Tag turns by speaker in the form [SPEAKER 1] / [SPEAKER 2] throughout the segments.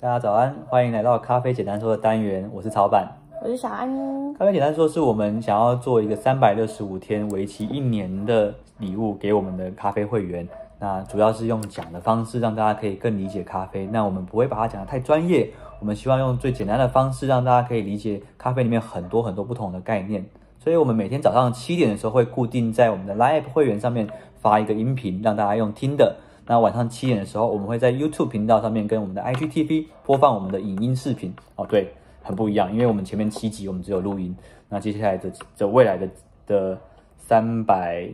[SPEAKER 1] 大家早安，欢迎来到咖啡简单说的单元，我是曹板。
[SPEAKER 2] 我是小安，
[SPEAKER 1] 咖啡简单说是我们想要做一个三百六十五天、为期一年的礼物给我们的咖啡会员。那主要是用讲的方式，让大家可以更理解咖啡。那我们不会把它讲得太专业，我们希望用最简单的方式，让大家可以理解咖啡里面很多很多不同的概念。所以我们每天早上七点的时候会固定在我们的 Live 会员上面发一个音频，让大家用听的。那晚上七点的时候，我们会在 YouTube 频道上面跟我们的 IGTV 播放我们的影音视频。哦，对，很不一样，因为我们前面七集我们只有录音，那接下来的这未来的的三百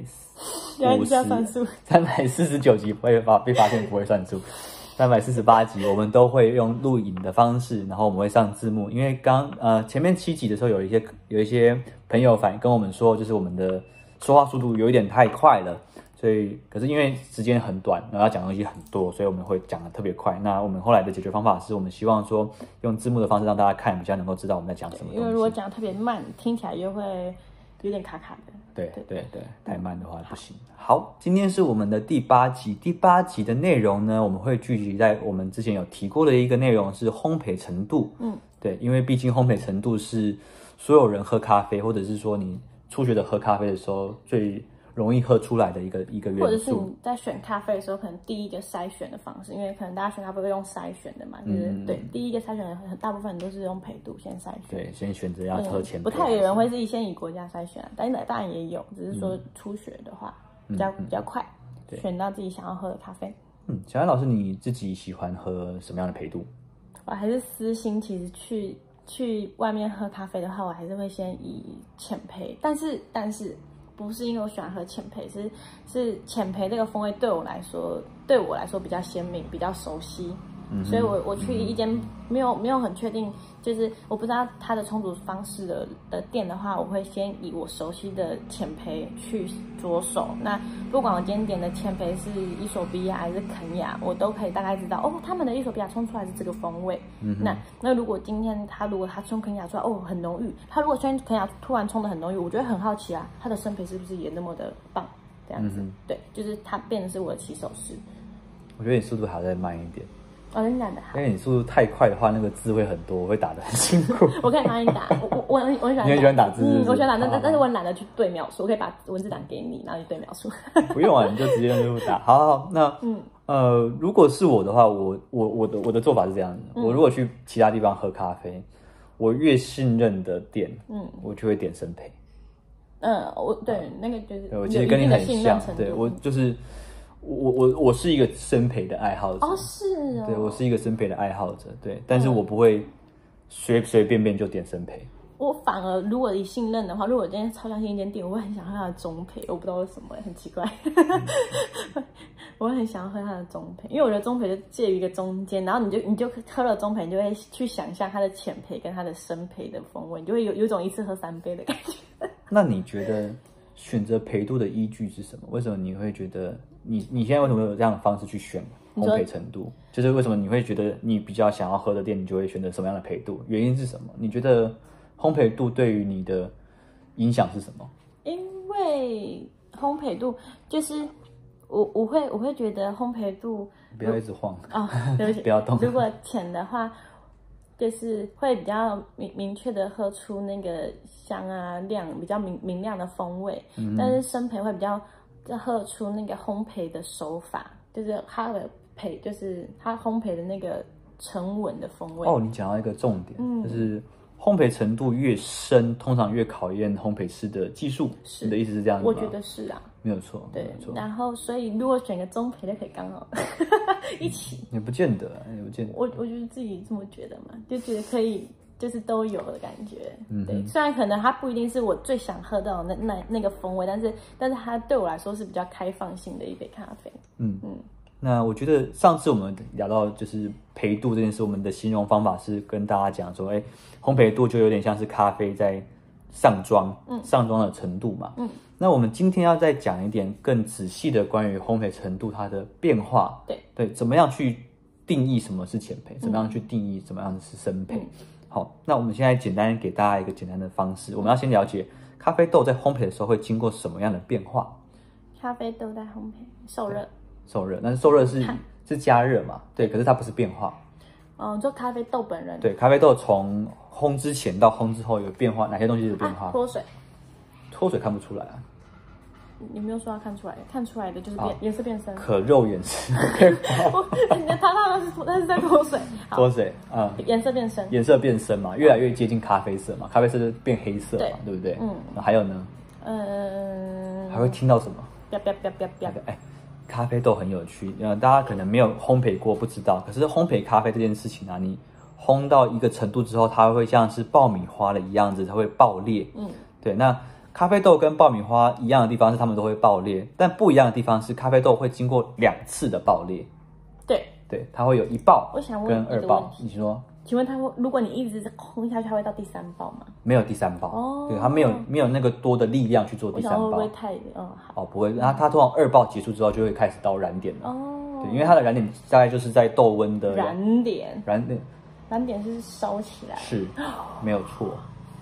[SPEAKER 2] 原
[SPEAKER 1] 五
[SPEAKER 2] 来
[SPEAKER 1] 十
[SPEAKER 2] 是要算数
[SPEAKER 1] 三百四十九集不会发被发现不会算数，三百四十八集我们都会用录影的方式，然后我们会上字幕，因为刚呃前面七集的时候有一些有一些朋友反跟我们说，就是我们的说话速度有一点太快了。所以，可是因为时间很短，然后要讲的东西很多，所以我们会讲的特别快。那我们后来的解决方法是我们希望说用字幕的方式让大家看，比较能够知道我们在讲什么东西。
[SPEAKER 2] 因为如果讲得特别慢，听起来又会有点卡卡的。
[SPEAKER 1] 对对对，太慢的话不行。好，今天是我们的第八集，第八集的内容呢，我们会聚集在我们之前有提过的一个内容是烘焙程度。嗯，对，因为毕竟烘焙程度是所有人喝咖啡，或者是说你初学者喝咖啡的时候最容易喝出来的一个一个
[SPEAKER 2] 或
[SPEAKER 1] 元
[SPEAKER 2] 者是
[SPEAKER 1] 素。
[SPEAKER 2] 你在选咖啡的时候，可能第一个筛选的方式，因为可能大家选咖啡会用筛选的嘛，
[SPEAKER 1] 嗯
[SPEAKER 2] 就是、对，第一个筛选的很大部分都是用配度先筛选。
[SPEAKER 1] 对，先选择要喝前辈
[SPEAKER 2] 嗯，不太有人会自己先以国家筛选、啊，但当然也有，只
[SPEAKER 1] 嗯
[SPEAKER 2] 是说初学的话、比较比较快，选到自己想要喝的咖啡。
[SPEAKER 1] 嗯，小安老师，你自己喜欢喝什么样的陪度？
[SPEAKER 2] 我还是私心，其实去去外面喝咖啡的话，我还是会先以浅焙，但是但是不是因为我喜欢喝浅焙，是是浅焙这个风味对我来说对我来说比较鲜明，比较熟悉。所以我我去一间没有没有很确定，就是我不知道它的冲煮方式的的店的话，我会先以我熟悉的浅焙去着手。那不管我今天点的浅焙是伊索比亚还是肯亚，我都可以大概知道哦，他们的伊索比亚冲出来是这个风味。那那如果今天他如果他冲肯亚出来哦很浓郁，他如果冲肯亚突然冲的很浓郁，我就会很好奇啊，他的生焙是不是也那么的棒？这样子，对，就是它变成是我的起手式。
[SPEAKER 1] 我觉得你速度还要再慢一点，
[SPEAKER 2] 哦，真的假的好
[SPEAKER 1] 因。为你速度太快的话，那个字会很多，我会打得很辛苦。
[SPEAKER 2] 我可以拿你打，我我我很我很喜欢打。
[SPEAKER 1] 你很喜欢打字是不
[SPEAKER 2] 嗯，
[SPEAKER 1] 是
[SPEAKER 2] 我喜欢打字，
[SPEAKER 1] 好
[SPEAKER 2] 但但是我很懒得去对描述，我可以把文字档给你，然后你对描述。
[SPEAKER 1] 不用啊，你就直接用打。好好好，那嗯呃，如果是我的话，我我我的我的做法是这样子：
[SPEAKER 2] 嗯
[SPEAKER 1] 我如果去其他地方喝咖啡，我越信任的店，嗯，我就会点生培。
[SPEAKER 2] 嗯，我对那个就是
[SPEAKER 1] 对我
[SPEAKER 2] 有
[SPEAKER 1] 其实
[SPEAKER 2] 一
[SPEAKER 1] 跟你
[SPEAKER 2] 定的
[SPEAKER 1] 很
[SPEAKER 2] 信
[SPEAKER 1] 像
[SPEAKER 2] 任，程
[SPEAKER 1] 对
[SPEAKER 2] 度嗯
[SPEAKER 1] 我就是我我我我是一个生培的爱好者，
[SPEAKER 2] 哦是哦，嗯
[SPEAKER 1] 对我是一个生培的爱好者，对，但是我不会随随便便就点生培。
[SPEAKER 2] 我反而如果以信任的话，如果我今天超相信一间店，我会很想喝它的中培，我不知道为什么，很奇怪。
[SPEAKER 1] 嗯
[SPEAKER 2] 我会很想要喝它的中培，因为我觉得中培就介于一个中间，然后你就你就喝了中培，你就会去想象它的浅培跟它的深培的风味，你就会有有一种一次喝三杯的感觉。
[SPEAKER 1] 那你觉得选择陪度的依据是什么？为什么你会觉得你你现在为什么有这样的方式去选烘
[SPEAKER 2] 说
[SPEAKER 1] 焙程度？就是为什么你会觉得你比较想要喝的店，你就会选择什么样的陪度？原因是什么？你觉得烘焙度对于你的影响是什么？
[SPEAKER 2] 因为烘焙度就是我我会我会觉得烘焙 度
[SPEAKER 1] 不要一直晃，
[SPEAKER 2] 哦，对不起，
[SPEAKER 1] 不要动
[SPEAKER 2] 如果浅的话，就是会比较明明确的喝出那个香啊亮，比较明明亮的风味。
[SPEAKER 1] 嗯
[SPEAKER 2] 但是生培会比较就喝出那个烘焙的手法，就是它的焙，就是它烘焙的那个沉稳的风味。
[SPEAKER 1] 哦，你讲到一个重点，
[SPEAKER 2] 嗯
[SPEAKER 1] 就是烘焙程度越深，通常越考验烘焙师的技术。
[SPEAKER 2] 是
[SPEAKER 1] 你的意思是这样子吗？
[SPEAKER 2] 我觉得是啊，
[SPEAKER 1] 没有错，没
[SPEAKER 2] 对
[SPEAKER 1] 有。错，
[SPEAKER 2] 然后所以如果选个中培的可以刚好一起。
[SPEAKER 1] 也不见得，也不见得。
[SPEAKER 2] 我我就是自己这么觉得嘛，就觉得可以，就是都有的感觉。
[SPEAKER 1] 嗯
[SPEAKER 2] 对，虽然可能它不一定是我最想喝到的那那那个风味，但是但是它对我来说是比较开放性的一杯咖啡。
[SPEAKER 1] 那我觉得上次我们聊到就是焙度这件事，我们的形容方法是跟大家讲说，哎，烘焙度就有点像是咖啡在上妆，上妆的程度嘛。嗯，那我们今天要再讲一点更仔细的关于烘焙程度它的变化，
[SPEAKER 2] 对
[SPEAKER 1] 对，怎么样去定义什么是浅焙，怎么样去定义怎么样是深焙。好，那我们现在简单给大家一个简单的方式，我们要先了解咖啡豆在烘焙的时候会经过什么样的变化。
[SPEAKER 2] 咖啡豆在烘焙受热，
[SPEAKER 1] 受热，但是受热是是加热嘛？对，可是它不是变化。
[SPEAKER 2] 嗯，就咖啡豆本人
[SPEAKER 1] 对，咖啡豆从烘之前到烘之后有变化，哪些东西有变化
[SPEAKER 2] 啊？脱水，
[SPEAKER 1] 脱水看不出来啊，
[SPEAKER 2] 你没有说要看出来，看出来的就是
[SPEAKER 1] 好
[SPEAKER 2] 变颜色 变深。哦
[SPEAKER 1] 可肉眼是变化
[SPEAKER 2] 我他那个是那是在 脱水，好，
[SPEAKER 1] 脱水啊、嗯
[SPEAKER 2] 颜色变深，
[SPEAKER 1] 颜色变深嘛，越来越接近咖啡色嘛，咖啡色就变黑色嘛，对
[SPEAKER 2] 对
[SPEAKER 1] 不对？
[SPEAKER 2] 嗯。
[SPEAKER 1] 那还有呢？
[SPEAKER 2] 嗯，
[SPEAKER 1] 还会听到什么？
[SPEAKER 2] 啪啪啪啪啪
[SPEAKER 1] 那个哎，咖啡豆很有趣，呃，大家可能没有烘焙过，不知道。可是烘焙咖啡这件事情啊，你烘到一个程度之后，它会像是爆米花的一样子，它会爆裂。
[SPEAKER 2] 嗯，
[SPEAKER 1] 对。那咖啡豆跟爆米花一样的地方是它们都会爆裂，但不一样的地方是咖啡豆会经过两次的爆裂。
[SPEAKER 2] 对。
[SPEAKER 1] 对，它会有一爆
[SPEAKER 2] 我想问
[SPEAKER 1] 跟
[SPEAKER 2] 一个
[SPEAKER 1] 二爆
[SPEAKER 2] 问。
[SPEAKER 1] 你说
[SPEAKER 2] 请问他会，如果你一直空下去，他会到第三爆吗？
[SPEAKER 1] 没有第三爆？
[SPEAKER 2] 哦
[SPEAKER 1] 对，它没有没有那个多的力量去做
[SPEAKER 2] 我
[SPEAKER 1] 第
[SPEAKER 2] 想
[SPEAKER 1] 三
[SPEAKER 2] 会不会
[SPEAKER 1] 爆。
[SPEAKER 2] 太嗯好
[SPEAKER 1] 哦，不会，那它通常二爆结束之后就会开始到燃点了。
[SPEAKER 2] 哦
[SPEAKER 1] 对，因为它的燃点大概就是在豆温的
[SPEAKER 2] 燃点，
[SPEAKER 1] 燃点
[SPEAKER 2] 燃点是烧起来，
[SPEAKER 1] 是没有错，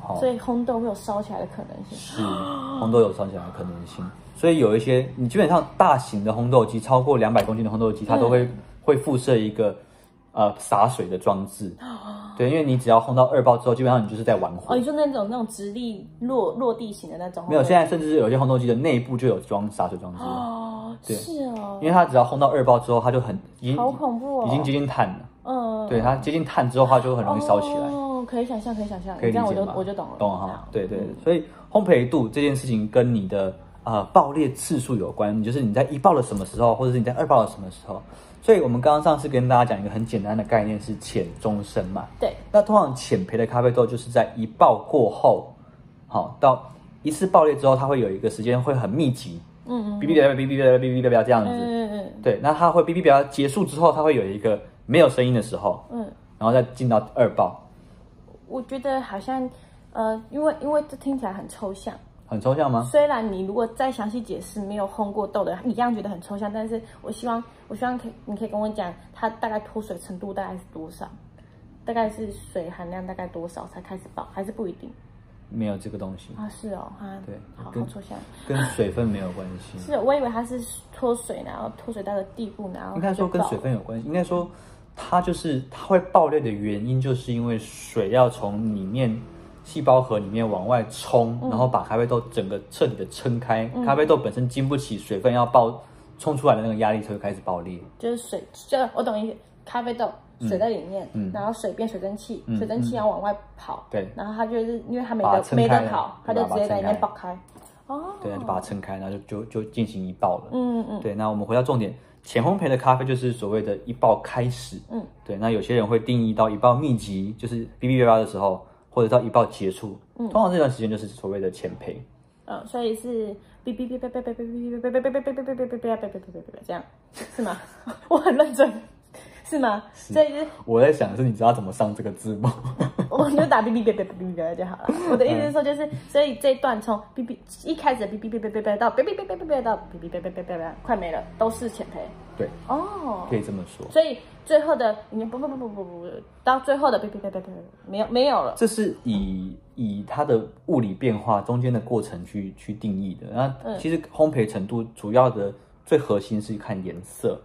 [SPEAKER 1] 好、
[SPEAKER 2] 所以烘豆会有烧起来的可能
[SPEAKER 1] 哦
[SPEAKER 2] 性。
[SPEAKER 1] 是
[SPEAKER 2] 啊
[SPEAKER 1] 烘豆有烧起来的可能性，所以有一些你基本上大型的烘豆机，超过两百公斤的烘豆机，它都会、
[SPEAKER 2] 嗯
[SPEAKER 1] 会附设一个呃洒水的装置，对，因为你只要烘到二爆之后，基本上你就是在玩火
[SPEAKER 2] 哦哦，。你说那种那种直立落落地型的那种，
[SPEAKER 1] 没有，现在甚至是有些烘豆机的内部就有装洒水装置，
[SPEAKER 2] 哦，
[SPEAKER 1] 对
[SPEAKER 2] 是哦
[SPEAKER 1] 因，为它只要烘到二爆之后，它就很已经
[SPEAKER 2] 好恐怖哦，
[SPEAKER 1] 已经接近碳了，
[SPEAKER 2] 嗯，
[SPEAKER 1] 对，它接近碳之后，它就很容易烧起来。
[SPEAKER 2] 哦，可以想象，可以想象，
[SPEAKER 1] 可以
[SPEAKER 2] 这
[SPEAKER 1] 理
[SPEAKER 2] 样我
[SPEAKER 1] 解
[SPEAKER 2] 就
[SPEAKER 1] 吗？
[SPEAKER 2] 我就懂了，
[SPEAKER 1] 懂了哈
[SPEAKER 2] 好，
[SPEAKER 1] 对对，所以烘焙度这件事情跟你的呃爆裂次数有关，你就是你在一爆的什么时候，或者是你在二爆的什么时候。所以我们刚刚上次跟大家讲一个很简单的概念是浅中深嘛。
[SPEAKER 2] 对，
[SPEAKER 1] 那通常浅焙的咖啡豆就是在一爆过后，好、到一次爆裂之后，它会有一个时间会很密集，
[SPEAKER 2] 嗯嗯
[SPEAKER 1] 哔哔哔哔哔哔哔哔哔哔这样
[SPEAKER 2] 嗯
[SPEAKER 1] 子。
[SPEAKER 2] 嗯嗯
[SPEAKER 1] 对，那它会哔哔哔结束之后，它会有一个没有声音的时候，
[SPEAKER 2] 嗯嗯，
[SPEAKER 1] 然后再进到二爆。
[SPEAKER 2] 我觉得好像呃，因为因为这听起来很抽象，
[SPEAKER 1] 很抽象吗？
[SPEAKER 2] 虽然你如果再详细解释没有烘过豆的，你一样觉得很抽象，但是我希望，我希望可以，你可以跟我讲，它大概脱水程度大概是多少，大概是水含量大概多少才开始爆，还是不一定
[SPEAKER 1] 没有这个东西。
[SPEAKER 2] 啊？是哦，啊，
[SPEAKER 1] 对
[SPEAKER 2] 好好
[SPEAKER 1] 跟
[SPEAKER 2] 抽象，
[SPEAKER 1] 跟水分没有关系。
[SPEAKER 2] 是哦我以为它是脱水，然后脱水到的地步，然后
[SPEAKER 1] 应该说
[SPEAKER 2] 就
[SPEAKER 1] 跟
[SPEAKER 2] 哦爆
[SPEAKER 1] 水分有关系，应该说它就是它会爆裂的原因，就是因为水要从里面细胞核里面往外冲，然后把咖啡豆整个彻底的撑开。咖啡豆本身经不起水分要爆冲出来的那个压力，才会开始爆裂。
[SPEAKER 2] 就是水，就是我懂一个咖啡豆。
[SPEAKER 1] 嗯
[SPEAKER 2] 水在里面，然后水变水蒸气，水蒸气要往外跑，
[SPEAKER 1] 对
[SPEAKER 2] 然后它就是因为它没
[SPEAKER 1] 把它
[SPEAKER 2] 得
[SPEAKER 1] 撑
[SPEAKER 2] 没
[SPEAKER 1] 开
[SPEAKER 2] 得
[SPEAKER 1] 了
[SPEAKER 2] 跑，它
[SPEAKER 1] 对
[SPEAKER 2] 就
[SPEAKER 1] 把它
[SPEAKER 2] 直接在里
[SPEAKER 1] 撑
[SPEAKER 2] 面
[SPEAKER 1] 开
[SPEAKER 2] 爆开。哦，
[SPEAKER 1] 对，就把它撑开，然后就就就进行一爆了。
[SPEAKER 2] 嗯嗯，
[SPEAKER 1] 对，那我们回到重点，浅烘焙的咖啡就是所谓的一爆开始。
[SPEAKER 2] 嗯，
[SPEAKER 1] 对，那有些人会定义到一爆密集，就是哔哔叭叭的时候，或者到一爆结束。嗯，通常这段时间就是所谓的浅焙。
[SPEAKER 2] 嗯，所以是哔哔哔哔哔哔哔哔哔哔哔哔哔哔哔哔哔哔哔这样，是吗？我很认真，是吗？所以是
[SPEAKER 1] 我在想的是，你知道怎么上这个字幕？
[SPEAKER 2] 我就打哔哔哔哔哔哔就好了。我的意思是说，就是所以这一段从哔哔一开始哔哔哔哔哔哔到哔哔哔哔哔哔到哔哔哔哔哔哔哔快没了，都是浅赔
[SPEAKER 1] 对，
[SPEAKER 2] 哦。
[SPEAKER 1] 可以这么说。
[SPEAKER 2] 所以最后的你不不不不不不到最后的哔哔哔哔哔没有没有了。
[SPEAKER 1] 这是以以它的物理变化中间的过程去去定义的。
[SPEAKER 2] 嗯
[SPEAKER 1] 那其实烘焙程度主要的最核心是看颜色，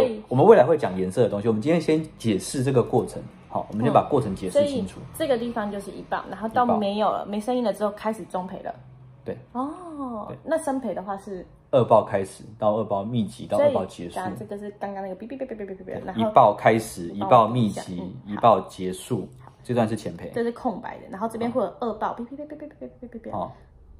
[SPEAKER 1] 所
[SPEAKER 2] 以
[SPEAKER 1] 以我们未来会讲颜色的东西。我们今天先解释这个过程，好，我们先把过程解
[SPEAKER 2] 所
[SPEAKER 1] 释
[SPEAKER 2] 以
[SPEAKER 1] 清楚。
[SPEAKER 2] 这个地方就是一磅，然后到
[SPEAKER 1] 一磅
[SPEAKER 2] 没有了没声音了之后开始中赔了。
[SPEAKER 1] 对，
[SPEAKER 2] 哦
[SPEAKER 1] 对，
[SPEAKER 2] 那生培的话是，
[SPEAKER 1] 二爆开始到二爆密集到
[SPEAKER 2] 所
[SPEAKER 1] 二
[SPEAKER 2] 以
[SPEAKER 1] 爆结束，
[SPEAKER 2] 啊这个是刚刚那个哔哔哔哔哔哔哔，然
[SPEAKER 1] 一
[SPEAKER 2] 后
[SPEAKER 1] 爆开始，一爆密
[SPEAKER 2] 一
[SPEAKER 1] 集
[SPEAKER 2] 爆，
[SPEAKER 1] 一爆结束，这段是前
[SPEAKER 2] 这
[SPEAKER 1] 培。
[SPEAKER 2] 是空白的，然后这边会有二爆，哔哔哔哔哔哔哔哔哔，
[SPEAKER 1] 哦，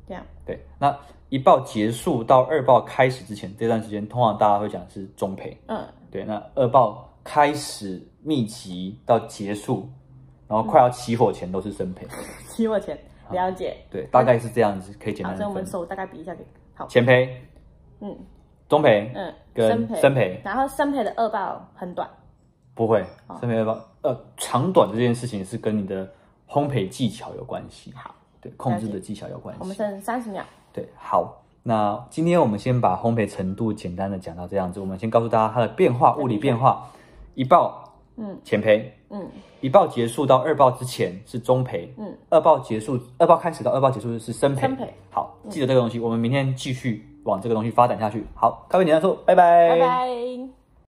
[SPEAKER 2] 这样
[SPEAKER 1] 对，那一爆结束到二爆开始之前这段时间，通常大家会讲是中培。
[SPEAKER 2] 嗯，
[SPEAKER 1] 对，那二爆开始密集到结束，然后快要起火前都是生培。
[SPEAKER 2] 七我钱，了解，
[SPEAKER 1] 对，大概是这样子，可以简
[SPEAKER 2] 好，
[SPEAKER 1] 单
[SPEAKER 2] 所以
[SPEAKER 1] 的
[SPEAKER 2] 我们
[SPEAKER 1] 分。
[SPEAKER 2] 手大概比一下给，好，
[SPEAKER 1] 前培、
[SPEAKER 2] 嗯
[SPEAKER 1] 中培
[SPEAKER 2] 嗯，
[SPEAKER 1] 跟
[SPEAKER 2] 培，
[SPEAKER 1] 生培
[SPEAKER 2] 然后生培的二爆很短，
[SPEAKER 1] 不会，
[SPEAKER 2] 哦
[SPEAKER 1] 生培二爆呃长短这件事情是跟你的烘焙技巧有关系。
[SPEAKER 2] 好，
[SPEAKER 1] 对，控制的技巧有关
[SPEAKER 2] 我们
[SPEAKER 1] 系。
[SPEAKER 2] 剩三十秒，
[SPEAKER 1] 对，好，那今天我们先把烘焙程度简单的讲到这样子，我们先告诉大家它的变化，物理变化，一爆，
[SPEAKER 2] 嗯，
[SPEAKER 1] 前培，
[SPEAKER 2] 嗯，
[SPEAKER 1] 一爆结束到二爆之前是中培，
[SPEAKER 2] 嗯，
[SPEAKER 1] 二爆结束，二爆开始到二爆结束是升培。
[SPEAKER 2] 升培
[SPEAKER 1] 好，记得这个东西，我们明天继续往这个东西发展下去。好，咖啡简单说，拜
[SPEAKER 2] 拜拜。